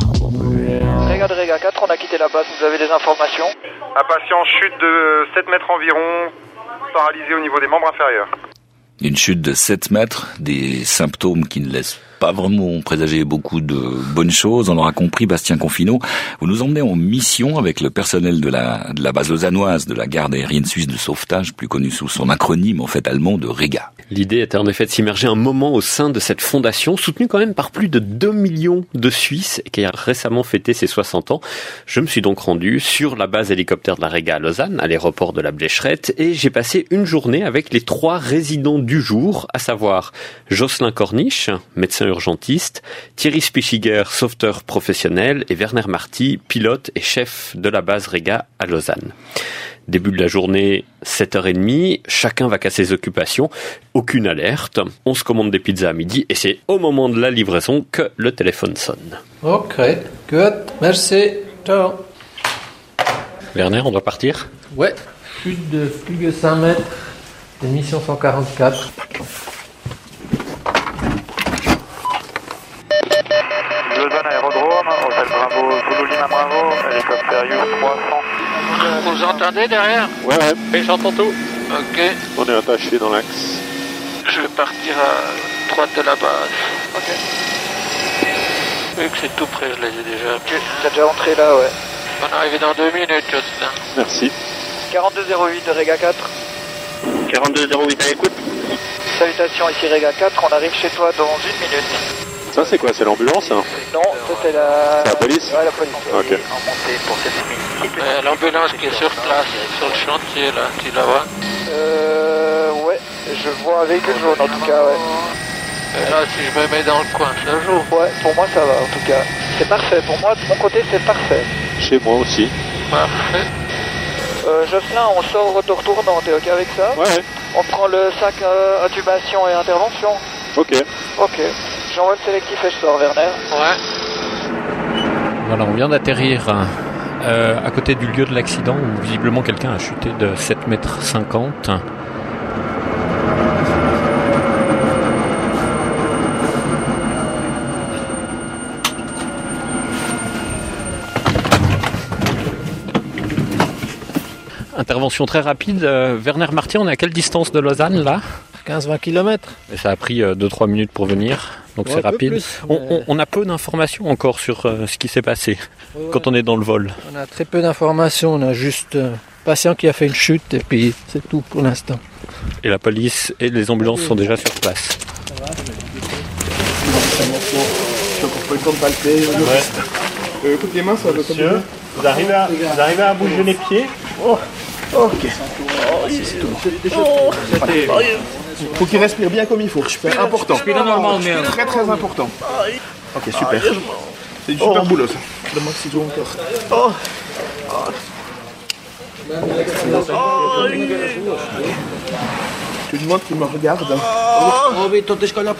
Dréga, Dréga 4, on a quitté la base, vous avez des informations Impatient, chute de 7 mètres environ, paralysé au niveau des membres inférieurs. Une chute de 7 mètres, des symptômes qui ne laissent pas vraiment présager beaucoup de bonnes choses. On l'aura compris, Bastien Confino, vous nous emmenez en mission avec le personnel de la, de la base lausannoise de la garde aérienne suisse de sauvetage, plus connue sous son acronyme en fait allemand de Rega. L'idée était en effet de s'immerger un moment au sein de cette fondation, soutenue quand même par plus de 2 millions de Suisses, et qui a récemment fêté ses 60 ans. Je me suis donc rendu sur la base hélicoptère de la Rega à Lausanne, à l'aéroport de la Blécherette, et j'ai passé une journée avec les trois résidents du jour, à savoir Jocelyn Corniche, médecin urgentiste, Thierry Spichiger, sauveteur professionnel, et Werner Marty, pilote et chef de la base Rega à Lausanne. Début de la journée, 7h30, chacun va qu'à ses occupations, aucune alerte, on se commande des pizzas à midi et c'est au moment de la livraison que le téléphone sonne. Ok, good, merci, ciao. Werner, on doit partir Ouais, plus de, plus de 5 mètres, émission 144. Lausanne Aérodrome, Hôtel Bravo, Zulu Lima Bravo, hélicoptère U300. Vous entendez derrière Ouais, ouais, Et j'entends tout. Ok, on est attaché dans l'axe. je vais partir à droite de la base. Ok. Vu que c'est tout près, je les ai déjà. Tu as déjà entré là, ouais. On est arrivé dans deux minutes, Justin. Merci. 4208 de Rega 4. 4208 à l'écoute. Salutations, ici Rega 4, on arrive chez toi dans une minute. Ça, c'est quoi C'est l'ambulance hein Non, ça c'est la... C'est la police Ouais, la police. Ok. En montée pour cette minute. Euh, L'ambulance qui est sur place, sur le chantier, là, tu la vois Euh... Ouais, je vois un véhicule jaune en tout cas, ouais. Euh, Là, si je me mets dans le coin, ça joue. Ouais, pour moi ça va en tout cas. C'est parfait, pour moi de mon côté c'est parfait. Chez moi aussi. Parfait. Euh, Jocelyn, on sort retour tournant, t'es ok avec ça Ouais, ouais. On prend le sac euh, intubation et intervention Ok. Ok. J'envoie le sélectif et je sors, Werner. Ouais. Voilà, on vient d'atterrir euh, à côté du lieu de l'accident où visiblement quelqu'un a chuté de 7 mètres 50. Intervention très rapide. Euh, Werner Marty, on est à quelle distance de Lausanne là 15-20 km. Et Ça a pris 2-3 minutes pour venir, donc c'est rapide. On, on- on a peu d'informations encore sur euh, ce qui s'est passé quand on est dans le vol. On a très peu d'informations, on a juste euh, patient qui a fait une chute et puis c'est tout pour l'instant. Et la police et les ambulances sont déjà sur place. Vous arrivez à, vous arrivez à bouger les pieds Faut qu'il respire bien comme il faut. Super important. Très très important. Ok, super. C'est du super boulot ça. Oh. Donne-moi si tu veux encore. Tu demandes qu'il me regarde. Ok, voilà.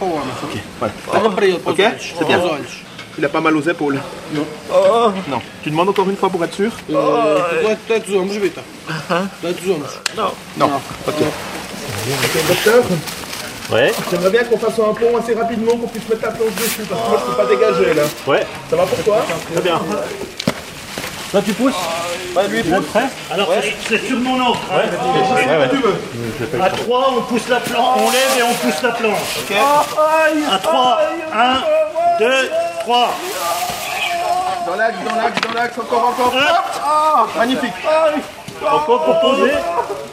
Ok, c'est bien. Il a pas mal aux épaules. Non. Non. Tu demandes encore une fois pour être sûr Non. Ok. Docteur Ouais, J'aimerais bien qu'on fasse un pont assez rapidement, qu'on puisse mettre la planche dessus, parce que moi je peux pas dégager là. ouais, Ça va pour toi très bien. Toi tu pousses Ouais, lui il pousse. Alors c'est sur mon ordre. À 3, on pousse la planche. On lève et on pousse la planche. À 3, 1, 2, 3. Dans l'axe, dans l'axe, dans l'axe, encore, encore. Ah, magnifique. Encore pour poser.